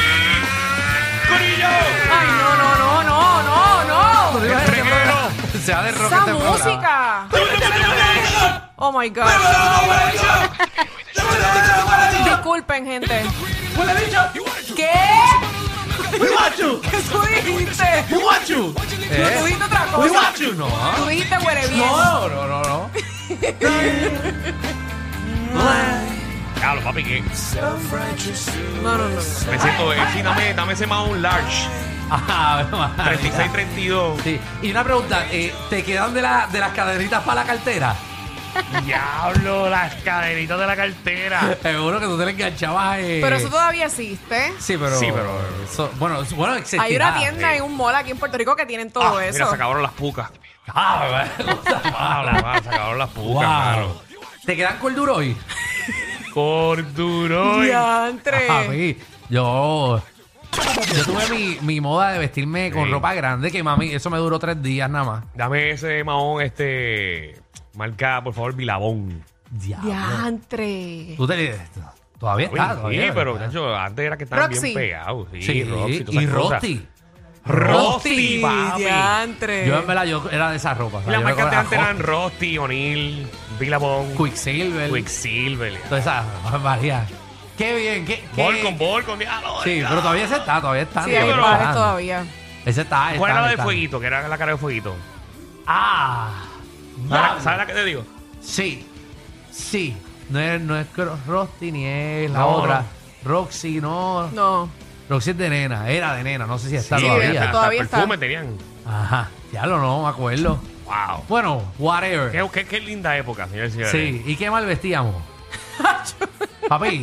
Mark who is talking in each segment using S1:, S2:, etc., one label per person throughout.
S1: se va de rock
S2: ¡Esa
S1: este programa.
S2: música! Oh my god. Disculpen, gente. ¿Qué? ¿Qué tú dijiste?
S1: ¿Eh?
S2: ¿Tú dijiste otra
S1: We
S2: cosa?
S1: want you, no.
S2: Tú dijiste huele bien.
S1: No, no, no, no.
S3: Claro, papi, que
S2: No, no, no.
S3: me siento. eh, sí, dame, dame ese más un large.
S1: Ah, madre.
S3: 36, 32.
S1: Sí. Y una pregunta, eh, ¿te quedan de, la, de las cadenitas para la cartera?
S3: Diablo, las cadenitas de la cartera.
S1: Seguro que tú te la enganchabas. eh.
S2: Pero eso todavía existe.
S1: Sí, pero.
S3: Sí, pero-
S1: eso- bueno, eso- bueno, existirá.
S2: Hay una tienda en un mall aquí en Puerto Rico que tienen todo
S3: eh. Ah,
S2: eso.
S3: Mira, se acabaron las pucas.
S1: Ah, bueno.
S3: Habla, mano, se acabaron las pucas, mano.
S1: wow. ¿Te quedan corduro hoy?
S3: Corduroy.
S2: Diantre.
S1: A mí, Ah, yo. Yo tuve mi, mi moda de vestirme con
S3: Sí.
S1: ropa grande, que mami, eso me duró tres días nada más.
S3: Dame ese mahón, este. Marca, por favor, Bilabón.
S1: Diablo.
S2: Diantre.
S1: Tú te todavía
S3: Uy,
S1: está, todavía.
S3: sí, pero chacho, antes era que estaban
S2: Roxy.
S3: bien pegados. Ah, Sí,
S1: Sí,
S3: Roxy, todas
S1: y
S3: esas cosas.
S1: Rosti.
S3: Rosti, papi.
S2: Diantre.
S1: Yo en verdad yo era de esa ropa. o sea,
S3: Las
S1: yo
S3: marcas de
S1: era
S3: antes eran Rosti, O'Neill, Billabong,
S1: Quicksilver.
S3: Quicksilver.
S1: Todas esas María. Qué bien, qué. qué-
S3: Volcom, Volcom, diablo.
S1: Sí, pero todavía se está, todavía está.
S2: Sí, hay
S3: pero-
S2: bares todavía.
S1: Ese está, está.
S3: ¿Cuál era la de
S1: está.
S3: Fueguito? Que era la cara de Fueguito.
S1: Ah.
S3: ¿Sabes
S1: diablo.
S3: sabes la que te digo?
S1: Sí, sí. No es, no es Cro- Rosti ni es la
S3: No,
S1: otra.
S3: no.
S1: Roxy, no.
S2: No.
S1: Roxy es de nena, era de nena, no sé si está
S2: Sí,
S1: todavía.
S3: hasta
S2: todavía está.
S3: perfume tenían.
S1: Ajá, ya lo no, me acuerdo.
S3: Wow.
S1: Bueno, whatever.
S3: Qué, qué- qué linda época, señores y señores.
S1: sí, ¿y qué mal vestíamos? Papi,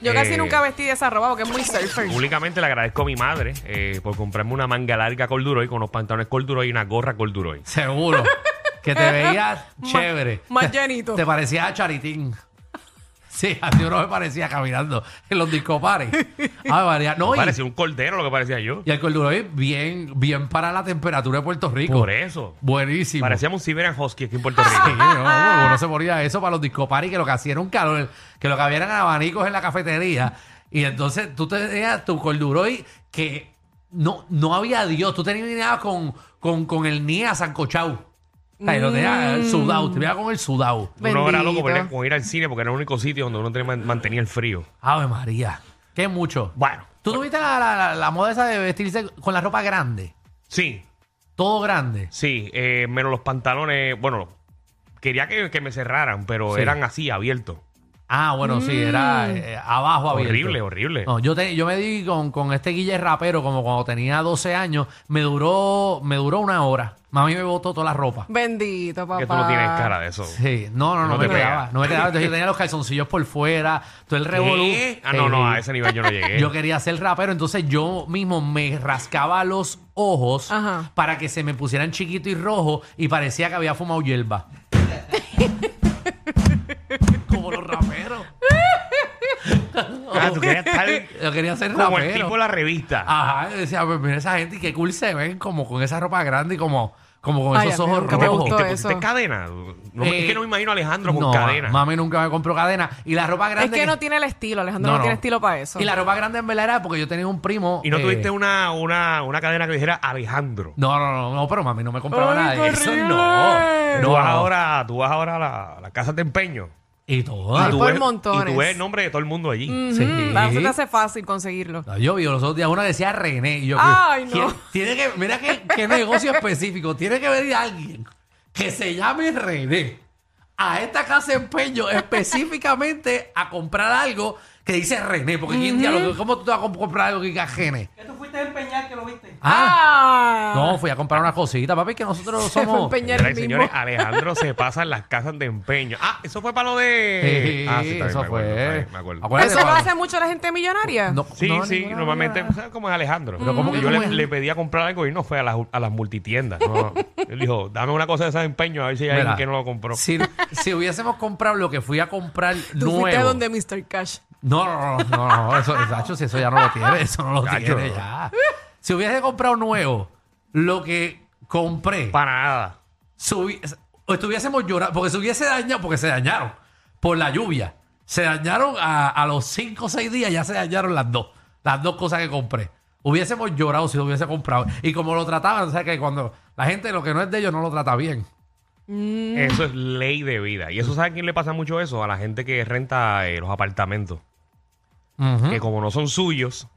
S2: Yo casi
S3: Eh.
S2: nunca vestí de esa ropa porque es muy surfer.
S3: Públicamente le agradezco a mi madre eh, por comprarme una manga larga corduroy con unos pantalones corduroy y una gorra corduroy.
S1: seguro que te veías chévere.
S2: más llenito.
S1: Te parecía a Charitín. Sí, a ti uno me parecía caminando en los discopares. Ah, María, no, y,
S3: Parecía un cordero lo que parecía yo.
S1: y el corduroy bien, bien para la temperatura de Puerto Rico.
S3: Por eso.
S1: Buenísimo.
S3: Parecíamos un Siberian Husky aquí en Puerto
S1: Sí,
S3: Rico.
S1: no, uno se moría de eso para los discoparis que lo que hacían era un calor, que lo que había eran abanicos en la cafetería. Y entonces tú tenías tu corduroy que no, no había Dios. Tú terminabas con, con, con el NIA sancochao. O sea, y lo tenías el sudado, te veías con el sudado.
S3: Uno era loco por ir,
S2: Bendito.
S3: con ir al cine porque era el único sitio donde uno tenía- man- mantenía el frío.
S1: Ave María, qué mucho.
S3: Bueno,
S1: ¿Tú tuviste la, la- la- la moda esa de vestirse con la ropa grande?
S3: sí,
S1: Todo grande.
S3: sí, eh, menos los pantalones. Bueno, quería que, que me cerraran, pero
S1: Sí.
S3: eran así, abiertos.
S1: Ah, bueno, sí, era eh, abajo abierto. Oh,
S3: Horrible, horrible.
S1: No, yo, te- yo me di con, con este Guille rapero como cuando tenía 12 años. Me duró, me duró una hora. Mami me botó toda la ropa.
S2: Bendito, papá.
S3: que tú no tienes cara de eso.
S1: Sí, no, no, no,
S3: No
S1: me
S3: te pega.
S1: quedaba. No me quedaba. Entonces yo tenía los calzoncillos por fuera, todo el revolú.
S3: ¿Qué? Ah, no, no,
S1: Sí,
S3: a ese nivel yo no llegué.
S1: Yo quería ser rapero, entonces yo mismo me rascaba los ojos
S2: Ajá.
S1: para que se me pusieran chiquito y rojo y parecía que había fumado hierba. como los raperos.
S3: Ah, tú querías estar
S1: Yo quería ser
S3: como el
S1: rapero.
S3: tipo de la revista.
S1: Ajá, yo decía, pues mira esa gente y qué cool se ven como con esa ropa grande y como, como con
S2: Ay,
S1: esos
S2: a mí
S1: ojos
S2: nunca me
S1: rojos.
S2: gustó
S3: ¿Te
S2: eso.
S3: pusiste cadena? No,
S1: Eh,
S3: es que no me imagino a Alejandro con
S1: No,
S3: cadena.
S1: mami nunca me compró cadena. Y la ropa grande.
S2: Es que no tiene el estilo, Alejandro no,
S1: No, no.
S2: tiene estilo para eso.
S1: Y la ropa grande en verdad era porque yo tenía un primo.
S3: y no
S1: eh,
S3: tuviste una, una, una cadena que dijera Alejandro.
S1: No, no, no, no, pero mami no me compraba
S2: ¡Ay,
S1: nada de
S2: qué
S1: eso.
S2: horrible!
S1: No.
S3: tú,
S1: No,
S3: vas
S1: no.
S3: ahora, tú vas ahora a la, la casa de empeño.
S1: Y
S3: y
S1: todo.
S3: tú
S2: por
S3: ves,
S2: montones.
S3: Y tú ves el nombre de todo el mundo allí.
S1: Sí.
S2: Mm, a veces te hace fácil conseguirlo.
S1: No, Yo vi los otros días uno decía René. Y yo,
S2: Ay, no.
S1: ¿quién- Tiene que, mira qué, qué negocio específico. Tiene que venir alguien que se llame René a esta casa de empeño específicamente a comprar algo que dice René. Porque ¿quién diablo- ¿cómo tú te vas a comp- comprar algo que diga René?
S4: Que tú fuiste a empeñar que lo viste.
S1: Ah,
S2: ¡Ah!
S1: no, fui a comprar una cosita, papi, que nosotros
S2: Se fue a
S1: somos.
S2: empeñar
S3: Señoras
S2: el
S3: y
S2: mismo.
S3: señores, Alejandro se pasa en las casas de empeño. Ah, eso fue para lo de.
S1: Sí,
S3: ah, está bien,
S1: Eh, eso
S3: me acuerdo,
S1: fue.
S3: está bien, me acuerdo.
S1: Acuérdate,
S2: ¿Eso lo
S1: Pablo.
S2: hace mucho la gente millonaria?
S1: No,
S3: Sí,
S1: no,
S3: sí,
S1: ninguna
S3: normalmente,
S1: manera.
S3: ¿sabes cómo es Alejandro?
S1: Pero ¿cómo que
S3: yo
S1: cómo
S3: le,
S1: es?
S3: le pedí a comprar algo y no fue a las, a las multitiendas. no. Él dijo, dame una cosa de esas de empeño, a ver si hay
S1: Mira,
S3: alguien que no lo compró.
S1: Si, si hubiésemos comprado lo que fui a comprar
S2: Tú fuiste a
S1: nuevo.
S2: donde Mr. Cash.
S1: No, no, no, no, no, eso, Sacho, si eso ya no lo tiene, eso no lo
S3: Chacho,
S1: tiene
S3: no.
S1: ya. Si hubiese comprado nuevo lo que compré,
S3: Para nada.
S1: si hubi- o estuviésemos llorando, porque se hubiese dañado, porque se dañaron por la lluvia. Se dañaron a, a los 5 o 6 días, ya se dañaron las dos, las dos cosas que compré. Hubiésemos llorado si lo hubiese comprado. Y como lo trataban, o sea que cuando La gente lo que no es de ellos no lo trata bien.
S2: Mm.
S3: Eso es ley de vida. Y eso, ¿sabe a quién le pasa mucho eso? A la gente que renta eh, los apartamentos.
S1: Ujú.
S3: Que como no son suyos,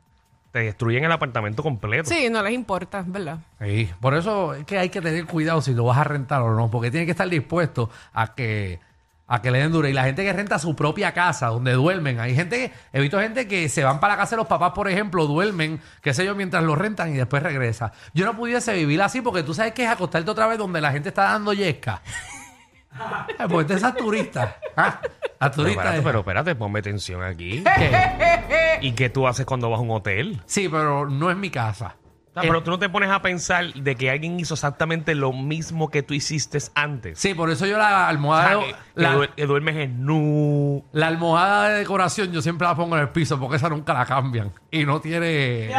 S3: te destruyen el apartamento completo.
S2: Sí, no les importa, es ¿verdad?
S1: Sí, por eso es que hay que tener cuidado si lo vas a rentar o no, porque tienes que estar dispuesto a que a que le den duro. Y la gente que renta su propia casa, donde duermen, hay gente que, he visto gente que se van para la casa de los papás, por ejemplo, duermen, qué sé yo, mientras lo rentan y después regresa. Yo no pudiese vivir así porque tú sabes que es acostarte otra vez donde la gente está dando yesca. Ay, Porque esas turistas. Ah, las
S3: Pero
S1: turistas.
S3: espérate,
S1: esas.
S3: pero espérate, ponme atención aquí.
S1: ¿Qué?
S3: ¿Y qué tú haces cuando vas a un hotel?
S1: Sí, pero no es mi casa. Eh,
S3: O sea, Ah, pero tú no te pones a pensar de que alguien hizo exactamente lo mismo que tú hiciste antes.
S1: Sí, por eso yo la
S3: O sea,
S1: almohada...
S3: que, que
S1: la-
S3: duer- que duermes en nu.
S1: La almohada de decoración yo siempre la pongo en el piso porque esa nunca la cambian y no tiene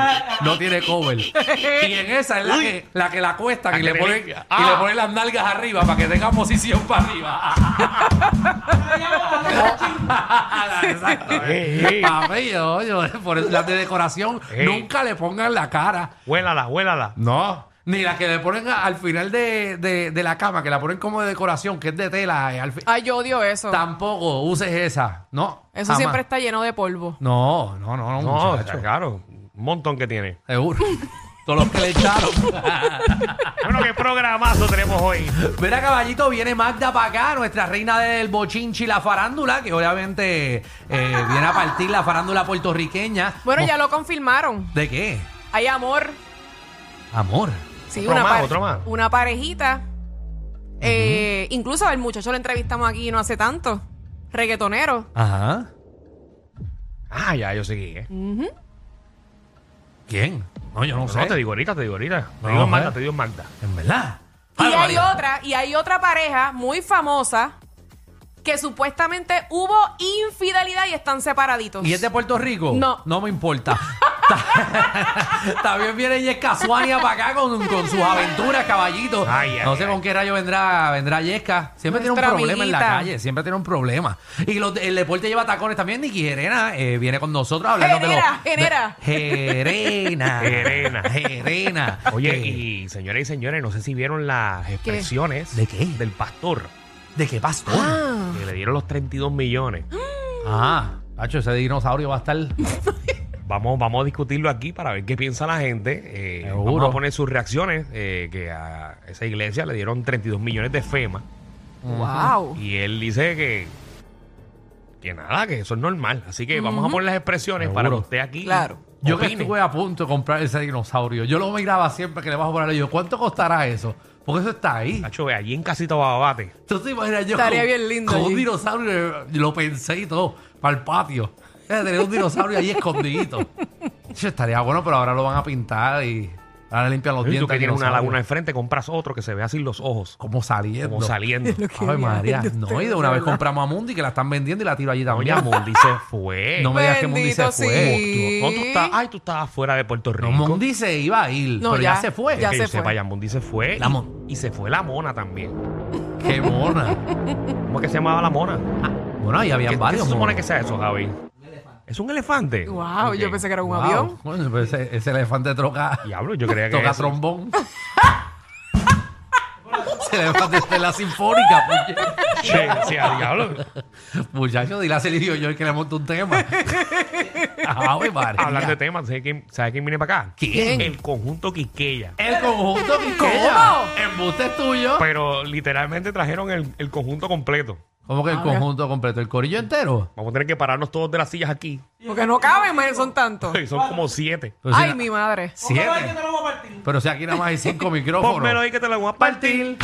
S1: no tiene cover. Y en esa es la que la, que la cuestan
S3: La
S1: y
S3: que
S1: le,
S3: le
S1: ponen,
S3: limpia.
S1: y le
S3: Ah.
S1: ponen las nalgas arriba para que tenga posición para arriba. Exacto.
S3: Eh, eh.
S1: Papi, yo- yo- por eso, las de decoración
S3: Eh.
S1: nunca le pongan la cara.
S3: Huélala, huélala.
S1: No. Ni las que le ponen a- al final de, de- de la cama, que la ponen como de decoración, que es de tela. eh, al fi-
S2: Ay, yo odio eso.
S1: Tampoco uses esa. No.
S2: Eso
S1: jamás.
S2: siempre está lleno de polvo.
S1: No, no, no, no,
S3: No, o sea,
S1: muchacho.
S3: claro. Un montón que tiene.
S1: Seguro. Todos los que le echaron.
S3: Bueno, qué programazo tenemos hoy.
S1: Mira, caballito, viene Magda para acá, nuestra reina del bochinchi, y la farándula, que obviamente eh, viene a partir la farándula puertorriqueña.
S2: Bueno, ya lo confirmaron.
S1: ¿De qué?
S2: Hay amor.
S1: Amor.
S2: Sí,
S3: Otro
S2: una,
S3: más,
S2: pare-
S3: otro más.
S2: una parejita. Eh, Incluso al muchacho lo entrevistamos aquí no hace tanto. Reggaetonero.
S1: Ajá.
S3: Ah, ya, yo sé quién es.
S1: ¿Quién? No, yo no
S3: No,
S1: sé.
S3: te digo ahorita, te digo ahorita. Te
S1: No,
S3: digo
S1: no,
S3: Magda,
S1: eh.
S3: te digo Magda.
S1: En verdad.
S2: Y hay
S1: Barbaridad.
S2: otra, y hay otra pareja muy famosa que supuestamente hubo infidelidad y están separaditos.
S1: ¿Y es de Puerto Rico?
S2: No.
S1: No me importa. Ta- También viene Yesca Suania para acá con, con sus aventuras, caballito.
S3: Ay, ay,
S1: no sé
S3: ay.
S1: con qué rayo vendrá, vendrá Yesca. Siempre tiene un
S2: Nuestra
S1: problema en la
S2: amiguita.
S1: calle, siempre tiene un problema. Y los de- el deporte lleva tacones también. Niki Gerena eh, viene con nosotros hablando de los.
S2: Gerena, Gerena.
S1: de- Gerena.
S3: Gerena.
S1: Gerena.
S3: Oye,
S1: Eh,
S3: y señores y señores, no sé si vieron las expresiones
S1: ¿De qué?
S3: del pastor
S1: ¿De qué pastor?
S2: Ah.
S3: que le dieron los 32 millones.
S1: Ah, Nacho, ese dinosaurio va a estar.
S3: Vamos, vamos a discutirlo aquí para ver qué piensa la gente. Eh,
S1: Seguro.
S3: vamos a poner sus reacciones, eh, que a esa iglesia le dieron 32 millones de FEMA.
S2: Wow.
S3: Y él dice que, que nada, que eso es normal. Así que vamos a poner las expresiones para que
S1: Seguro.
S3: usted aquí
S2: Claro.
S1: Yo que
S3: opine.
S1: estuve a punto de comprar ese dinosaurio. Yo lo miraba siempre que le vas a poner. Yo, ¿cuánto costará eso? Porque eso está ahí.
S3: Nacho, ve allí en casita bababate.
S1: Tú te imaginas yo.
S2: Estaría
S1: con-
S2: bien lindo
S1: Con un
S2: allí.
S1: dinosaurio, yo lo pensé y todo, para el patio. Eh, Tener un dinosaurio ahí escondidito. Eso estaría bueno, pero ahora lo van a pintar y ahora le limpian los
S3: Y
S1: dientes.
S3: Tú que
S1: al
S3: tienes una
S1: dinosaurio.
S3: laguna al frente, compras otro que se ve así los ojos,
S1: Como saliendo.
S3: como saliendo.
S1: Ay, María.
S2: diablo,
S1: No,
S2: usted,
S1: y de
S2: de
S1: una vez
S2: verdad.
S1: compramos a Mundi que la están vendiendo y la tiro allí también.
S3: Doña Mundi se fue.
S1: No me digas que Mundi se
S2: Bendito
S1: fue.
S2: sí.
S3: No, tú estás- ay, tú estabas fuera de Puerto Rico.
S1: No, Mundi se iba a ir,
S2: No,
S1: pero ya,
S2: ya,
S1: se fue.
S2: ya
S3: Que
S2: se
S3: yo sepa,
S2: fue.
S3: ya Mundi se fue.
S1: La
S3: y-
S1: mon-
S3: y, se fue la mona también.
S1: Qué mona.
S3: ¿Cómo es que se llamaba la mona?
S1: Bueno, ahí
S3: ¿Qué,
S1: habían
S3: qué
S1: varios.
S3: se supone
S1: monos.
S3: que sea eso, Javi? ¿Es un elefante?
S2: Wow, yo
S3: Ok.
S2: pensé que era un
S1: Wow.
S2: avión.
S1: Bueno, pero pues ese, ese elefante troca,
S3: Diablo, yo creía que
S1: toca
S3: eso-
S1: trombón. ese elefante es de la sinfónica. puñe-
S3: Sí, sí, a diablo.
S1: Muchacho, dile a Celio yo que le monto un tema. Ah, Ay, María.
S3: Hablando de temas, ¿sabes quién, ¿sabes quién viene para acá?
S1: ¿Quién?
S3: El conjunto Quiqueya.
S1: El conjunto
S2: ¿Cómo?
S1: Quiqueya. Embuste es tuyo.
S3: Pero literalmente trajeron el, el conjunto completo.
S1: ¿Cómo que el
S2: Ahora.
S1: conjunto completo? ¿El corillo entero?
S3: Vamos a tener que pararnos todos de las sillas aquí.
S2: Porque no caben, man, son tantos.
S3: Y Son como siete.
S1: Pero si
S2: Ay,
S1: na-
S2: mi madre.
S4: Siete.
S1: Siete.
S4: te lo voy a partir.
S1: Pero si aquí nada más hay cinco micrófonos.
S3: Pónmelo ahí que te lo voy a partir.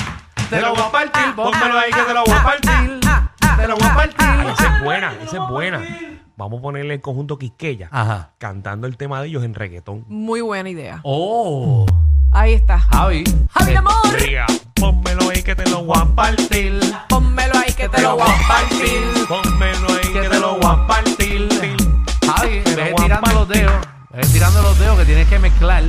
S1: Te lo voy a partir. Ah,
S3: Pónmelo ahí que te lo voy a partir.
S1: Te lo voy a partir.
S3: Ah, Esa es buena, esa es buena. Vamos a ponerle el conjunto Quisqueya
S1: ah. Ajá.
S3: cantando el tema de ellos en reggaetón.
S2: Muy buena idea.
S1: Oh,
S2: Ahí está.
S1: Javi.
S2: Javi,
S1: Eh,
S2: amor.
S3: Diga, pónmelo ahí que te lo voy a partir.
S1: Partir.
S2: Pónmelo ahí que te lo voy a partir.
S3: Pónmelo ahí
S1: que te lo voy a partir. Javi,
S3: Te lo
S1: ve
S3: voy a
S1: tirando los
S3: partir.
S1: dedos. Ve tirando los dedos que tienes que mezclar.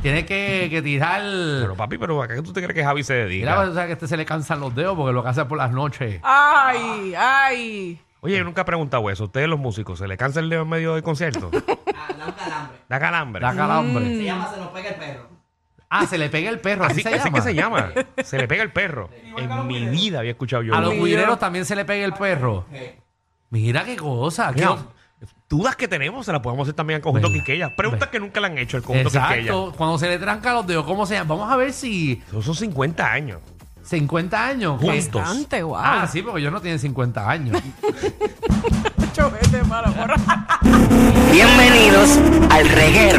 S1: Tienes que, que tirar.
S3: Pero papi, pero ¿a qué tú te crees que Javi se
S1: Mira,
S3: dedica?
S1: o sea, que este se le cansan los dedos porque lo que hace por las noches.
S2: Ah, Ay, ay.
S3: Oye, yo nunca he preguntado eso. Ustedes los músicos, ¿se le cansa el dedo en medio del concierto?
S5: Ah, da un calambre.
S3: Da calambre.
S1: Da calambre.
S5: Se llama Se nos pega el perro.
S1: Ah, se le pega el perro,
S3: Así,
S1: así, se
S3: así
S1: llama.
S3: que se llama. Se le pega el perro.
S4: Igual que a
S3: En
S4: los
S3: mi
S4: cuideros.
S3: vida había escuchado yo.
S1: A los
S2: Mira.
S1: guineros también se le pega el perro. Mira qué cosa. qué-
S3: Mira, dudas que tenemos se las podemos hacer también al conjunto
S1: Verdad.
S3: Quiqueya. Preguntas
S1: Verdad.
S3: que nunca le han hecho al conjunto Quiqueya.
S1: Exacto. Cuando se le tranca los dedos, ¿cómo se llama? Vamos a ver si
S3: Eso son 50 años.
S1: 50 años.
S3: Juntos.
S2: Bastante, wow.
S1: Ah, sí, porque ellos no tienen 50 años.
S2: Chovete, este, mala, porra.
S5: Bienvenidos al reguero.